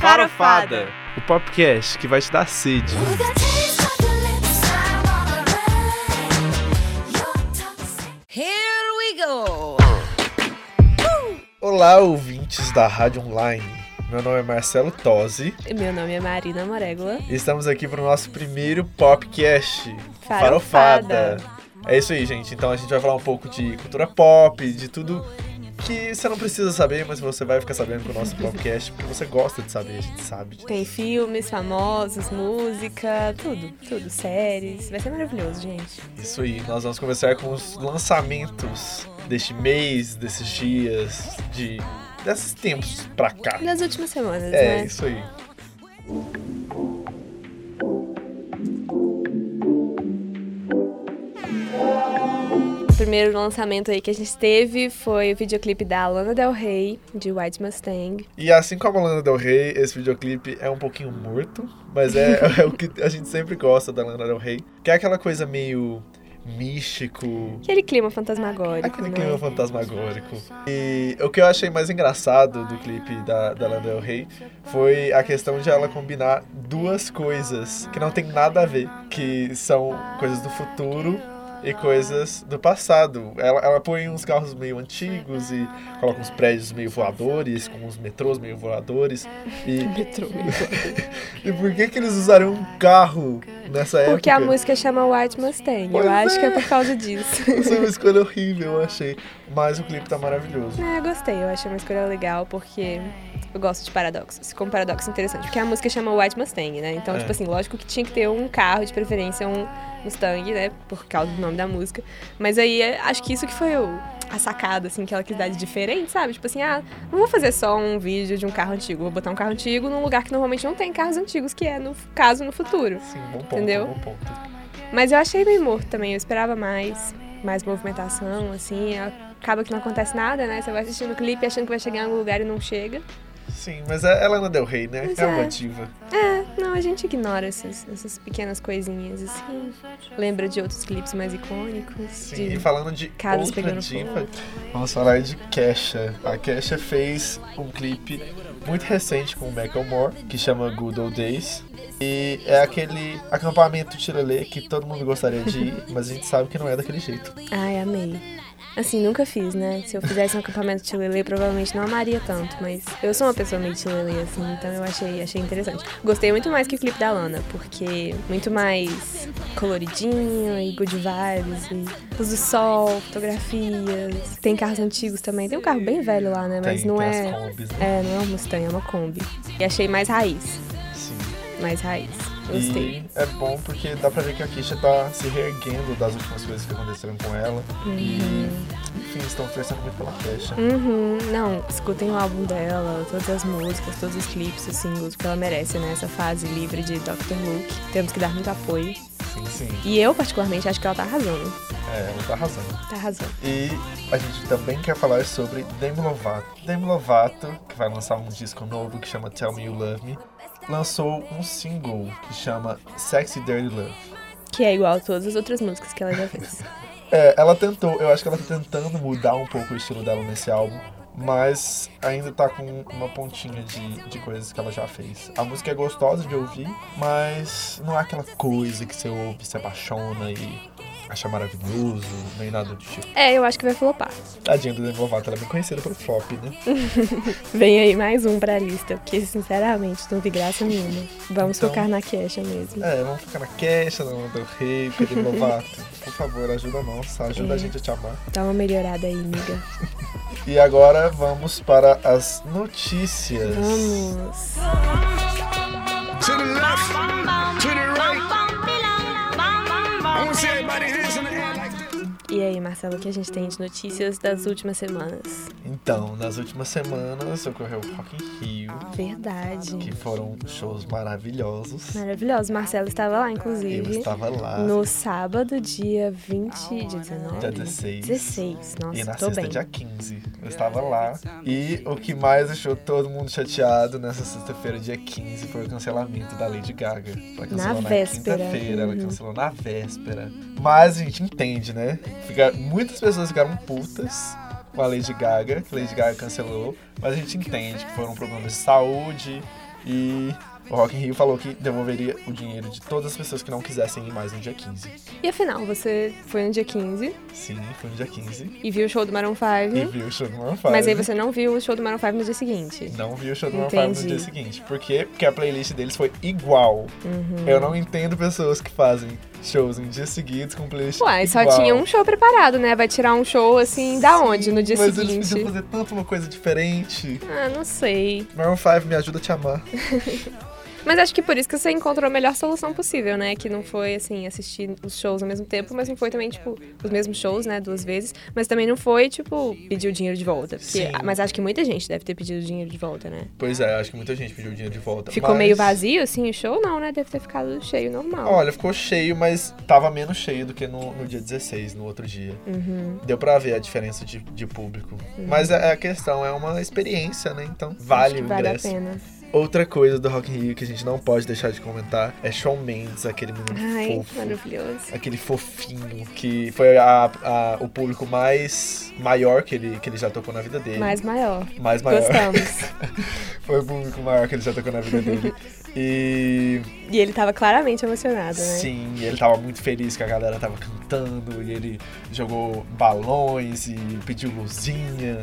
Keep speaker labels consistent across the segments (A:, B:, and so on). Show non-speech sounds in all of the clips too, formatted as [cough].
A: Farofada.
B: O podcast que vai te dar sede.
C: Here we go!
B: Olá, ouvintes da Rádio Online. Meu nome é Marcelo Tosi
C: Meu nome é Marina Morégua.
B: e estamos aqui para o nosso primeiro podcast
C: Farofada.
B: É isso aí, gente. Então a gente vai falar um pouco de cultura pop, de tudo que você não precisa saber, mas você vai ficar sabendo com o nosso podcast, porque você gosta de saber, a gente sabe.
C: Tem filmes famosos, música, tudo, tudo, séries. Vai ser maravilhoso, gente.
B: Isso aí, nós vamos começar com os lançamentos deste mês, desses dias, de desses tempos pra cá.
C: Nas últimas semanas,
B: É,
C: né?
B: isso aí.
C: O primeiro lançamento aí que a gente teve foi o videoclipe da Lana Del Rey, de White Mustang.
B: E assim como a Lana Del Rey, esse videoclipe é um pouquinho morto, mas é, [laughs] é o que a gente sempre gosta da Lana Del Rey, que é aquela coisa meio místico,
C: Aquele clima fantasmagórico,
B: aquele
C: né?
B: clima fantasmagórico. E o que eu achei mais engraçado do clipe da, da Lana Del Rey foi a questão de ela combinar duas coisas que não tem nada a ver, que são coisas do futuro e coisas do passado. Ela, ela põe uns carros meio antigos e coloca uns prédios meio voadores, com uns metrôs meio voadores. E,
C: Metrô.
B: e por que que eles usaram um carro nessa época?
C: Porque a música chama White Mustang.
B: É, Pois
C: Eu acho
B: é.
C: que é por causa disso.
B: Foi é uma escolha horrível, eu achei. Mas o clipe tá maravilhoso.
C: Ah, eu gostei, eu achei uma escolha legal porque eu gosto de paradoxos. Ficou um paradoxo interessante, porque a música chama White Mustang, né? Então,
B: É.
C: tipo assim, lógico que tinha que ter um carro, de preferência um Mustang, né? Por causa do nome da música. Mas aí é- acho que isso que foi o- a sacada, assim, que ela quis dar de diferente, sabe? Tipo assim, ah, não vou fazer só um vídeo de um carro antigo, vou botar um carro antigo num lugar que normalmente não tem carros antigos, que é no f- caso no futuro.
B: Sim, bom ponto,
C: Entendeu?
B: bom ponto.
C: Mas eu achei meio morto também, eu esperava mais, mais movimentação, assim, acaba que não acontece nada, né? Você vai assistindo o clipe achando que vai chegar em algum lugar e não chega.
B: Sim, mas é- ela não deu rei, né?
C: Pois
B: é uma
C: é.
B: diva.
C: Não, a gente ignora essas, essas pequenas coisinhas, assim. Lembra de outros clipes mais icônicos.
B: Sim,
C: de-
B: e falando de
C: Carlos
B: outra
C: pegando
B: diva, vamos falar de Kesha. A Kesha fez um clipe muito recente com o Macklemore, que chama Good Old Days. E é aquele acampamento tirolê que todo mundo gostaria
C: [laughs]
B: de ir, mas a gente sabe que não é daquele jeito.
C: Ai, amei. Assim, nunca fiz, né? Se eu fizesse um acampamento de Lele, provavelmente não amaria tanto, mas eu sou uma pessoa meio de Lele, assim, então eu achei, achei interessante. Gostei muito mais que o clipe da Lana, porque muito mais coloridinho e good vibes, e luz do sol, fotografias. Tem carros antigos também, tem um carro bem velho lá, né? Mas
B: tem
C: não
B: tem
C: é.
B: as combis, né?
C: É, não é uma Mustang, é uma Kombi. E achei mais raiz,
B: Sim.
C: mais raiz. é. Gostei.
B: E é bom porque dá pra ver que a Kesha tá se reerguendo das últimas coisas que aconteceram com ela. E, enfim, estão oferecendo muito pela Kesha.
C: Uhum, não, escutem o álbum dela, todas as músicas, todos os clipes, os singles que ela merece nessa fase livre de Dr. Luke. Temos que dar muito apoio.
B: Sim, sim.
C: E eu, particularmente, acho que ela tá arrasando.
B: É, ela tá arrasando.
C: Tá arrasando.
B: E a gente também quer falar sobre Demi Lovato. Demi Lovato, que vai lançar um disco novo que chama Tell Me You Love Me, lançou um single que chama Sexy Dirty Love.
C: Que é igual a todas as outras músicas que ela já fez.
B: É, ela tentou, eu acho que ela tá tentando mudar um pouco o estilo dela nesse álbum, mas ainda tá com uma pontinha de, de coisas que ela já fez. A música é gostosa de ouvir, mas não é aquela coisa que você ouve, se apaixona e acha maravilhoso, nem nada do tipo.
C: é, eu acho que vai flopar.
B: Tadinha do Demi Lovato, ela é bem conhecida pelo flop, né?
C: Vem aí mais um pra lista, porque, sinceramente, não vi graça nenhuma. Vamos
B: Então-
C: focar na Kesha mesmo.
B: É, vamos ficar na queixa, não do rei, Pedro Lovato. Por favor, ajuda nós, ajuda a gente a te amar.
C: Dá uma melhorada aí, amiga.
B: E agora vamos para as notícias.
C: Vamos.
D: To the left, to the right. I want to see everybody hands in the air like this.
C: E aí, Marcelo, o que a gente tem de notícias das últimas semanas?
B: Então, nas últimas semanas ocorreu o Rock in Rio,
C: Verdade.
B: que foram shows maravilhosos.
C: Maravilhoso. Marcelo estava lá,
B: Eu
C: inclusive.
B: estava lá.
C: No sábado, dia 20, dia 19.
B: Ah, Dia 16.
C: 16. Nossa,
B: E na
C: tô
B: sexta,
C: bem.
B: dia 15, eu estava lá. E o que mais deixou todo mundo chateado nessa sexta-feira, dia 15, foi o cancelamento da Lady Gaga. Ela cancelou na,
C: véspera. Uhum.
B: quinta-feira, ela cancelou na véspera. Mas a gente entende, né? Fica- muitas pessoas ficaram putas com a Lady Gaga, que a Lady Gaga cancelou. Mas a gente entende que foram problemas de um saúde, E o Rock in Rio falou que devolveria o dinheiro de todas as pessoas que não quisessem ir mais no dia 15.
C: E afinal, você foi no dia 15
B: Sim, foi no dia 15.
C: e viu o show do Maroon 5,
B: E viu o show do Maroon 5.
C: Uhum. mas aí você não viu o show do Maroon 5 no dia seguinte.
B: Não vi o show do Maroon 5 no
C: Entendi.
B: dia seguinte. Por quê? Porque a playlist deles foi igual.
C: Uhum.
B: Eu não entendo pessoas que fazem shows em dias seguidos com playlist
C: Uai, só
B: igual.
C: tinha um show preparado, né? Vai tirar um show assim, da onde? No dia
B: Mas eles
C: seguinte.
B: podiam fazer tanto uma coisa diferente.
C: Ah, não sei.
B: Maroon 5, me ajuda a te amar.
C: Mas acho que por isso que você encontrou a melhor solução possível, né? Que não foi, assim, assistir os shows ao mesmo tempo, mas não foi também, tipo, os mesmos shows, né? Duas vezes. Mas também não foi, tipo, pedir o dinheiro de volta. Porque-
B: Sim.
C: mas acho que muita gente deve ter pedido o dinheiro de volta, né?
B: Pois é, acho que muita gente pediu o dinheiro de volta.
C: Ficou
B: mas-
C: meio vazio, assim, o show? Não, né? Deve ter ficado cheio, normal.
B: Olha, ficou cheio, mas tava menos cheio do que no, no dia 16, no outro dia.
C: Uhum.
B: Deu pra ver a diferença de, de público. Mas é a questão é uma experiência, né? Então vale
C: acho
B: o
C: que vale a
B: ingresso.
C: pena.
B: Outra coisa do Rock in Rio que a gente não pode deixar de comentar é Shawn Mendes, aquele menino
C: Ai,
B: fofo.
C: maravilhoso.
B: Aquele fofinho que foi a- a- o público mais maior que ele, que ele já tocou na vida dele.
C: Mais maior.
B: mais maior.
C: Gostamos.
B: [laughs] Foi o público maior que ele já tocou na vida dele. E
C: e ele tava claramente emocionado, né?
B: Sim, e ele tava muito feliz que a galera tava cantando e ele jogou balões e pediu luzinha.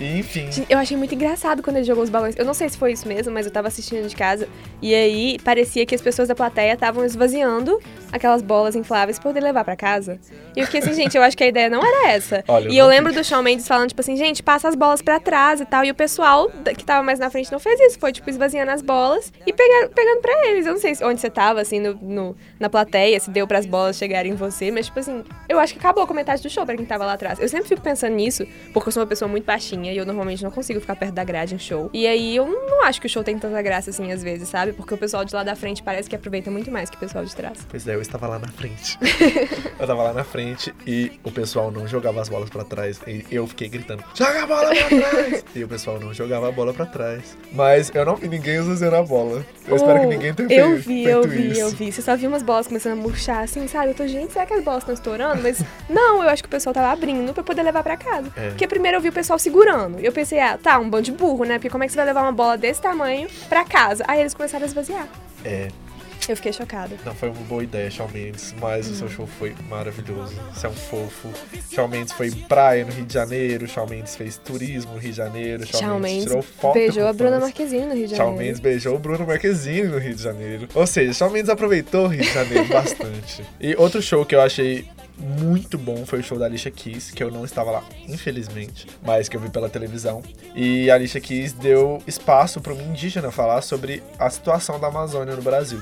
B: E enfim,
C: Gente, Eu achei muito engraçado quando ele jogou os balões. Eu não sei se foi isso mesmo, mas eu tava assistindo de casa. E aí parecia que as pessoas da plateia estavam esvaziando aquelas bolas infláveis pra poder levar pra casa. E eu fiquei assim, gente, eu acho que a ideia não era essa.
B: Olha, eu
C: e eu
B: não
C: lembro do Shawn Mendes falando, tipo assim, gente, passa as bolas pra trás e tal. E o pessoal da- que tava mais na frente não fez isso. Foi, tipo, esvaziando as bolas e pega- pegando pra eles. Eu não sei se- onde você tava, assim, no, no- na plateia, se deu pras bolas chegarem em você. Mas, tipo assim, eu acho que acabou com metade do show pra quem tava lá atrás. Eu sempre fico pensando nisso, porque eu sou uma pessoa muito baixinha e eu normalmente não consigo ficar perto da grade em show. E aí eu não acho que o show tem tanta graça, assim, às vezes, sabe? Porque o pessoal de lá da frente parece que aproveita muito mais que o pessoal de trás.
B: pois é, eu estava lá na frente. eu tava lá na frente e o pessoal não jogava as bolas pra trás. E eu fiquei gritando: "Joga a bola pra trás!" e o pessoal não jogava a bola pra trás. Mas eu não vi ninguém usando a bola. Eu espero que
C: Uh,
B: ninguém tenha
C: Eu
B: feito,
C: vi,
B: feito
C: eu vi,
B: isso.
C: eu vi. Você só viu umas bolas começando a murchar assim, sabe? Eu tô, gente, será que as bolas estão estourando? Mas [laughs] não, eu acho que o pessoal tava abrindo pra poder levar pra casa.
B: É.
C: Porque primeiro eu vi o pessoal segurando. E eu pensei, ah, tá, um bando de burro, né? Porque como é que você vai levar uma bola desse tamanho pra casa? Aí eles começaram a esvaziar.
B: É,
C: Eu fiquei chocada.
B: Não foi uma boa ideia, Shawn Mendes, mas o
C: Hum.
B: seu show foi maravilhoso. Você é um fofo. Shawn Mendes foi em praia no Rio de Janeiro, Shawn Mendes fez turismo no Rio de Janeiro, Shawn,
C: Shawn
B: Mendes
C: Mendes
B: tirou foto.
C: beijou
B: com
C: a Bruna
B: fãs.
C: Marquezine no Rio de
B: Shawn
C: Janeiro.
B: Mendes beijou o Bruno Marquezine no Rio de Janeiro. Ou seja, Shawn Mendes aproveitou o Rio de Janeiro
C: [laughs]
B: bastante. E outro show que eu achei muito bom foi o show da Alicia Keys, que eu não estava lá, infelizmente, mas que eu vi pela televisão. E a Alicia Keys deu espaço para um indígena falar sobre a situação da Amazônia no Brasil.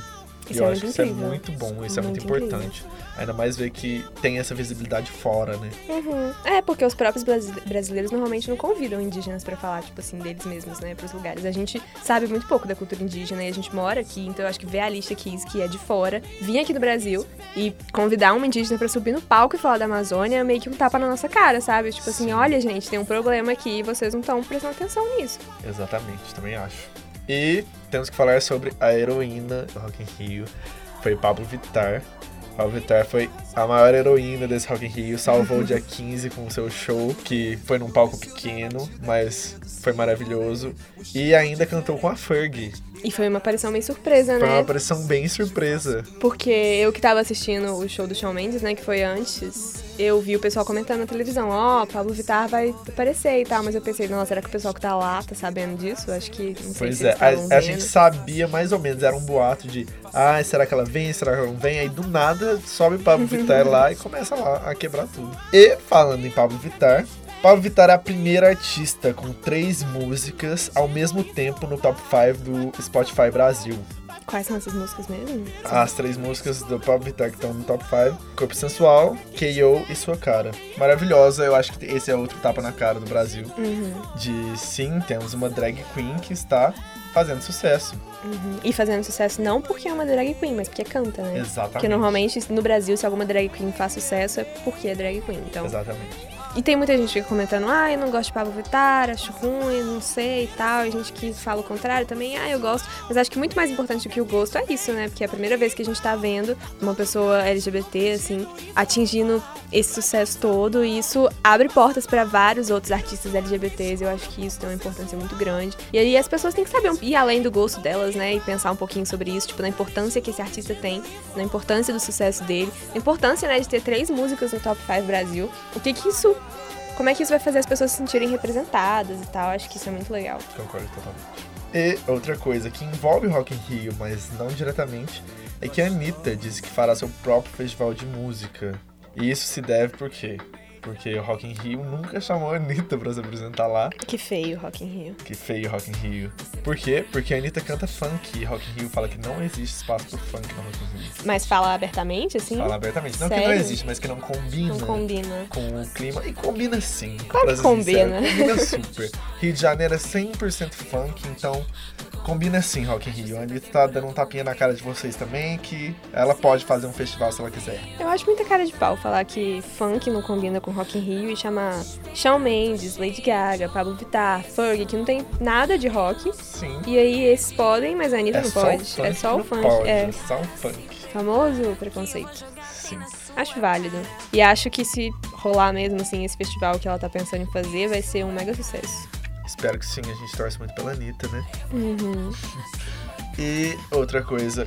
B: E
C: Isso
B: eu
C: é
B: acho que
C: muito
B: isso é
C: incrível.
B: muito bom, isso é muito
C: Muito incrível.
B: importante. Ainda mais ver que tem essa visibilidade fora, né?
C: Uhum. É, porque os próprios brasi- brasileiros normalmente não convidam indígenas pra falar, tipo assim, deles mesmos, né, pros lugares. A gente sabe muito pouco da cultura indígena e a gente mora aqui, então eu acho que ver a lista Kiss, que é de fora, vir aqui do Brasil e convidar uma indígena pra subir no palco e falar da Amazônia é meio que um tapa na nossa cara, sabe? Tipo assim,
B: Sim.
C: olha, gente, tem um problema aqui e vocês não estão prestando atenção nisso.
B: Exatamente, também acho. E temos que falar sobre a heroína do Rock in Rio. Foi Pablo Vittar. Pablo Vittar foi a maior heroína desse Rock in Rio. Salvou o dia 15 com o seu show, que foi num palco pequeno, mas foi maravilhoso. E ainda cantou com a Ferg.
C: E foi uma aparição meio surpresa,
B: Foi uma
C: né?
B: aparição bem surpresa.
C: Porque eu que tava assistindo o show do Shawn Mendes, né, que foi antes, eu vi o pessoal comentando na televisão, ó, Pablo Vittar vai aparecer e tal, mas eu pensei, nossa, será que o pessoal que tá lá tá sabendo disso? Acho que não sei
B: Pois
C: se
B: é,
C: eles estavam
B: a, a gente
C: vendo.
B: sabia mais ou menos, era um boato de ah, será que ela vem, será que ela não vem? Aí do nada sobe
C: [laughs]
B: Pablo Vittar lá e começa lá a quebrar tudo. E falando em Pablo Vittar, Pablo Vittar é a primeira artista com três músicas ao mesmo tempo no top 5 do Spotify Brasil.
C: Quais são essas músicas mesmo?
B: As três músicas do Pablo Vittar que estão no top 5, Corpo Sensual, K.O. e Sua Cara. Maravilhosa, eu acho que esse é outro tapa na cara do Brasil
C: Uhum,
B: de sim, temos uma drag queen que está fazendo sucesso.
C: uhum. E fazendo sucesso não porque é uma drag queen, mas porque canta, né?
B: Exatamente.
C: Porque normalmente no Brasil, se alguma drag queen faz sucesso, é porque é drag queen. Então,
B: Exatamente.
C: E tem muita gente que fica comentando, ah, eu não gosto de Pablo Vittar, acho ruim, não sei e tal. E gente que fala o contrário também, ah, eu gosto. Mas acho que muito mais importante do que o gosto é isso, né? Porque é a primeira vez que a gente tá vendo uma pessoa LGBT, assim, atingindo esse sucesso todo. E isso abre portas para vários outros artistas LGBTs. Eu acho que isso tem uma importância muito grande. E aí as pessoas têm que saber um, ir além do gosto delas, né? E pensar um pouquinho sobre isso, tipo, na importância que esse artista tem, na importância do sucesso dele, na importância, né, de ter três músicas no Top 5 Brasil. O que que isso como é que isso vai fazer as pessoas se sentirem representadas e tal. Acho que isso é muito legal.
B: Concordo totalmente. E outra coisa que envolve Rock in Rio, mas não diretamente, é que a Anitta disse que fará seu próprio festival de música. E isso se deve por quê? Porque o Rock in Rio nunca chamou a Anitta pra se apresentar lá.
C: Que feio Rock in Rio.
B: Que feio Rock in Rio. Por quê? Porque a Anitta canta funk e Rock in Rio fala que não existe espaço pro funk no Rock in Rio.
C: Mas fala abertamente, assim?
B: Fala abertamente. Não que
C: Sério?
B: não existe, mas que não combina.
C: Não combina.
B: Com o clima. E combina sim.
C: Claro
B: pra
C: que
B: ser sincero,
C: combina. né? [laughs]
B: Combina super. Rio de Janeiro é 100% funk, então combina sim Rock in Rio. A Anitta tá dando um tapinha na cara de vocês também, que ela pode fazer um festival se ela quiser.
C: Eu acho muita cara de pau falar que funk não combina com Rock in Rio e chamar Shawn Mendes, Lady Gaga, Pablo Vittar, Ferg, que não tem nada de rock.
B: Sim.
C: E aí esses podem, mas a Anitta não
B: só
C: pode.
B: o funk
C: é só
B: que
C: o
B: não
C: funk.
B: Pode,
C: É.
B: só o funk.
C: Famoso preconceito.
B: Sim.
C: Acho válido. E acho que se rolar mesmo assim esse festival que ela tá pensando em fazer, vai ser um mega sucesso.
B: Espero que sim, a gente torce muito pela Anitta, né?
C: Uhum.
B: E outra coisa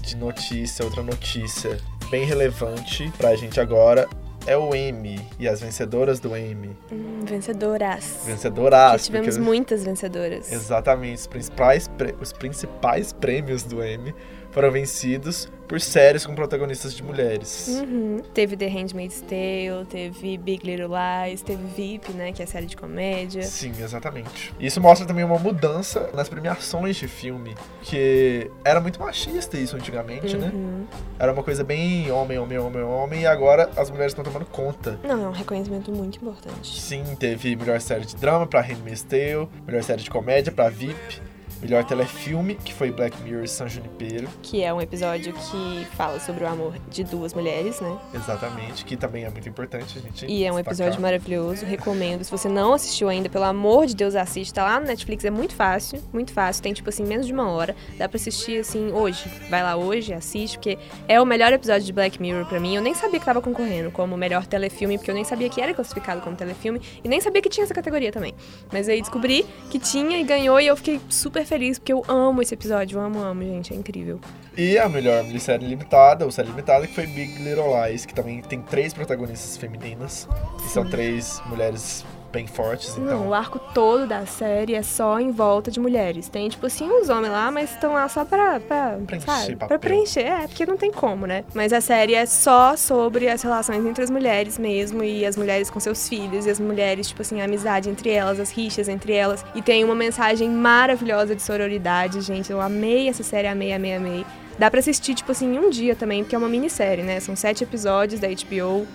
B: de notícia, outra notícia bem relevante pra gente agora é o M e as vencedoras do M.
C: Hum, vencedoras. Já
B: Vencedoras.
C: tivemos
B: Ah, porque-
C: muitas vencedoras.
B: Exatamente, os principais, prê- os principais prêmios do M foram vencidos por séries com protagonistas de mulheres.
C: Uhum. Teve The Handmaid's Tale, teve Big Little Lies, teve VIP, né, que é a série de comédia.
B: Sim, exatamente. Isso mostra também uma mudança nas premiações de filme, que era muito machista isso antigamente, né?
C: Uhum.
B: Era uma coisa bem homem, homem, homem, homem, e agora as mulheres estão tomando conta.
C: Não, é um reconhecimento muito importante.
B: Sim, teve melhor série de drama pra Handmaid's Tale, melhor série de comédia pra VIP, melhor telefilme, que foi Black Mirror e San Junipero,
C: Que é um episódio que fala sobre o amor de duas mulheres, né?
B: exatamente, que também é muito importante a gente
C: E é um episódio
B: destacar.
C: maravilhoso, recomendo. Se você não assistiu ainda, pelo amor de Deus, assista. Tá lá no Netflix, é muito fácil, muito fácil. Tem, tipo assim, menos de uma hora. Dá pra assistir, assim, hoje. Vai lá hoje, assiste, porque é o melhor episódio de Black Mirror pra mim. Eu nem sabia que tava concorrendo como melhor telefilme, porque eu nem sabia que era classificado como telefilme. E nem sabia que tinha essa categoria também. Mas aí descobri que tinha e ganhou, e eu fiquei super feliz, porque eu amo esse episódio. Eu amo, amo, gente. É incrível.
B: E a melhor minissérie limitada, ou série limitada, que foi Big Little Lies, que também tem três protagonistas femininas, e são três mulheres bem fortes, então...
C: Não, o arco todo da série é só em volta de mulheres. Tem, tipo assim, uns homens lá, mas estão lá só pra, pra,
B: Preencher
C: sabe?
B: papel.
C: pra preencher. É, porque não tem como, né? Mas a série é só sobre as relações entre as mulheres mesmo, e as mulheres com seus filhos, e as mulheres, tipo assim, a amizade entre elas, as rixas entre elas. E tem uma mensagem maravilhosa de sororidade, gente. Eu amei essa série, amei, amei, amei. Dá pra assistir, tipo assim, em um dia também, porque é uma minissérie, né? São sete episódios da HBO.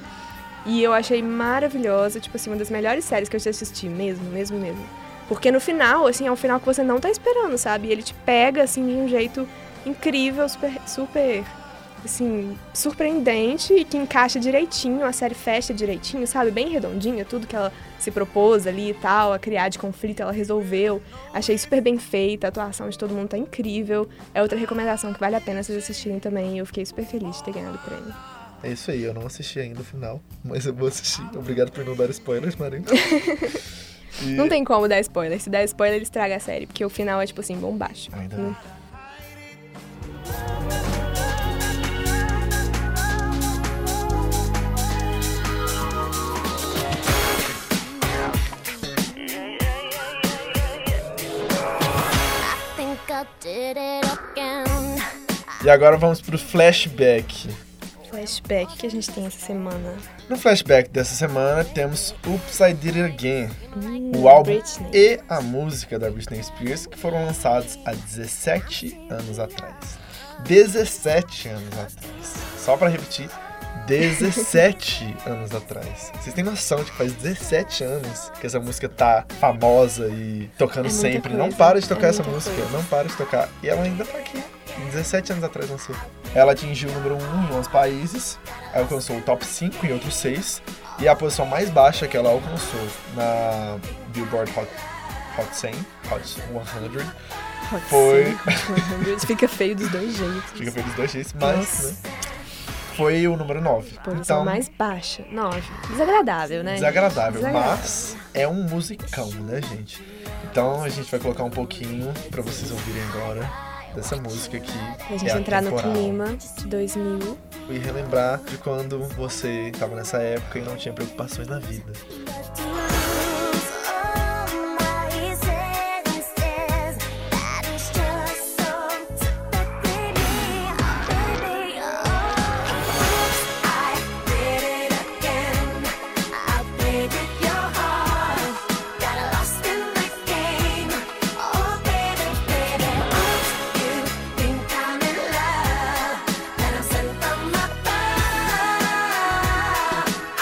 C: E eu achei maravilhosa, tipo assim, uma das melhores séries que eu já assisti, mesmo, mesmo, mesmo. Porque no final, assim, é um final que você não tá esperando, sabe? E ele te pega, assim, de um jeito incrível, super, super, assim, surpreendente e que encaixa direitinho, a série fecha direitinho, sabe? Bem redondinha, tudo que ela se propôs ali e tal, a criar de conflito, ela resolveu. Achei super bem feita, a atuação de todo mundo tá incrível. É outra recomendação que vale a pena vocês assistirem também. e Eu fiquei super feliz de ter ganhado o prêmio.
B: É isso aí, eu não assisti ainda o final, mas eu vou assistir. Obrigado por não dar spoilers,
C: [laughs]
B: Marina. E-
C: Não tem como dar spoiler. Se der spoiler, ele estraga a série, porque o final é, tipo assim, bombástico.
B: Ainda bem.
A: think I did it again.
B: E agora vamos pro flashback.
C: Flashback que a gente tem essa semana.
B: No flashback dessa semana temos Oops, I Did It Again, o álbum
C: Britney.
B: e a música da Britney Spears que foram lançados há 17 anos atrás. 17 anos atrás. Só pra repetir, 17 anos atrás. Vocês têm noção de que faz 17 anos que essa música tá famosa e tocando
C: É muita
B: sempre. Não
C: coisa,
B: para de tocar
C: é
B: essa
C: muita
B: música,
C: coisa.
B: não para de tocar. E ela ainda tá aqui. 17 anos atrás um lançou. Ela atingiu o número 1 em 11 países, alcançou o top 5 em outros 6 E é a posição mais baixa que ela alcançou na Billboard Hot, Hot 100, Hot 100,
C: Hot
B: Foi.
C: 100, fica feio dos dois jeitos.
B: fica pelos dois jeitos, mas né, foi o número 9.
C: Posição
B: Então,
C: mais baixa. Nove. Desagradável, né?
B: desagradável,
C: Desagradável.
B: mas é um musicão, né, gente? Então a gente vai colocar um pouquinho pra vocês ouvirem agora dessa música aqui.
C: Pra gente
B: é
C: entrar no
B: atemporal.
C: clima de 2000.
B: E relembrar de quando você tava nessa época e não tinha preocupações na vida.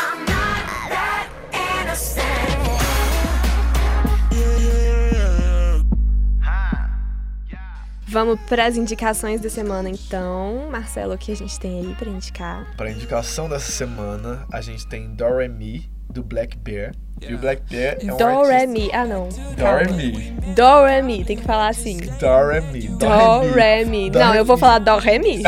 E: I'm not that innocent.
C: Vamos pras indicações da semana, então. Marcelo, o que a gente tem aí pra indicar?
B: Para indicação dessa semana, a gente tem Doremi, do Black Bear. E o Black Bear é um artista...
C: Doremi. Ah, não.
B: Doremi.
C: Doremi. Tem que falar assim.
B: Doremi.
C: Doremi. Não, eu vou falar
B: [laughs]
C: Doremi.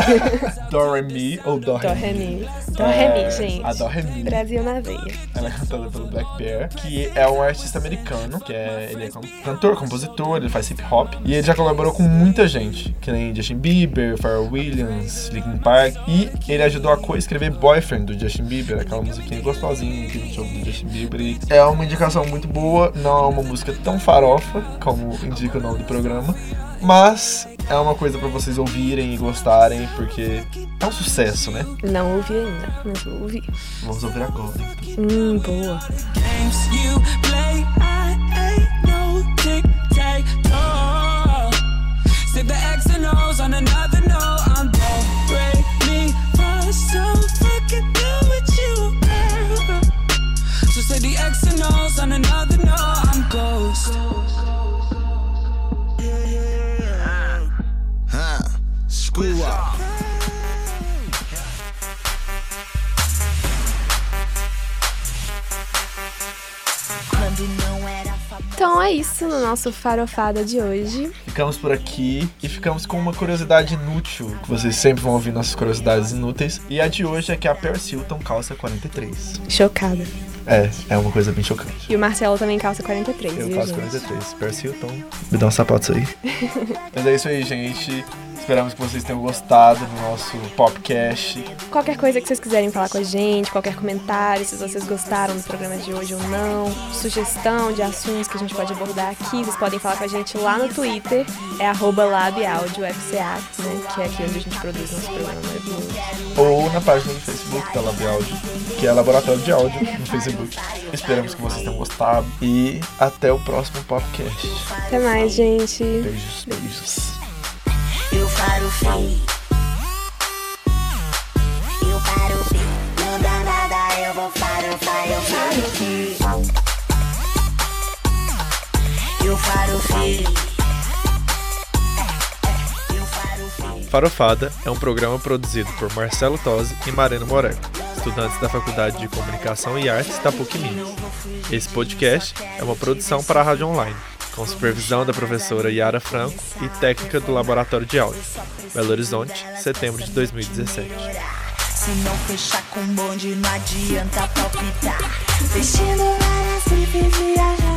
B: Doremi ou Doremi.
C: Doremi. Doremi,
B: É,
C: gente.
B: A Doremi.
C: Brasil na veia.
B: Ela é cantada pelo Black Bear, que é um artista americano, que é, ele é com- cantor, compositor, ele faz hip hop. E ele já colaborou com muita gente, que nem Justin Bieber, Pharrell Williams, Linkin Park. E ele ajudou a co-escrever Boyfriend do Justin Bieber, aquela musiquinha gostosinha que a gente ouve do Justin Bieber. E é uma indicação muito boa, não é uma música tão farofa, como indica o nome do programa, mas é uma coisa pra vocês ouvirem e gostarem, porque é um sucesso, né?
C: Não ouvi ainda, mas vou ouvir.
B: Vamos ouvir agora.
C: Hum, boa.
F: games you play. I ain't no tic tac toe. Save the X and O's on another note. I'm don't break me first, so fucking do what you ever. So say the X and O's on another note. I'm ghost.
D: Screw up.
C: Então é isso no nosso Farofada de hoje.
B: Ficamos por aqui e ficamos com uma curiosidade inútil, que vocês sempre vão ouvir nossas curiosidades inúteis. E a de hoje é que a Paris Hilton calça 43.
C: Chocada.
B: É, é uma coisa bem chocante.
C: E o Marcelo também calça 43,
B: Eu
C: viu,
B: calço
C: gente?
B: 43. Paris Hilton, me dá um sapato aí. Mas é isso aí, gente. Esperamos que vocês tenham gostado do nosso podcast.
C: Qualquer coisa que vocês quiserem falar com a gente, qualquer comentário, se vocês gostaram do programa de hoje ou não, sugestão de assuntos que a gente pode abordar aqui, vocês podem falar com a gente lá no Twitter, é arroba labiaudiofca, né, que é aqui onde a gente produz nosso programa maravilhoso.
B: Ou na página do Facebook da Lab Áudio, que é Laboratório de Áudio no Facebook. Esperamos que vocês tenham gostado e até o próximo podcast.
C: Até mais, gente.
B: Beijos, beijos.
E: Eu farofei Eu farofei Não dá nada, eu vou farofar Eu farofei Eu farofei Eu farofei
B: Farofada é um programa produzido por Marcelo Tosi e Marina Moreco, estudantes da Faculdade de Comunicação e Artes da PUC Minas. Esse podcast é uma produção para a Rádio Online, com supervisão da professora Yara Franco e técnica do Laboratório de Áudio, Belo Horizonte, setembro de 2017.
E: Se não fechar com bonde, não adianta palpitar. Vestindo várias clipes, viajar.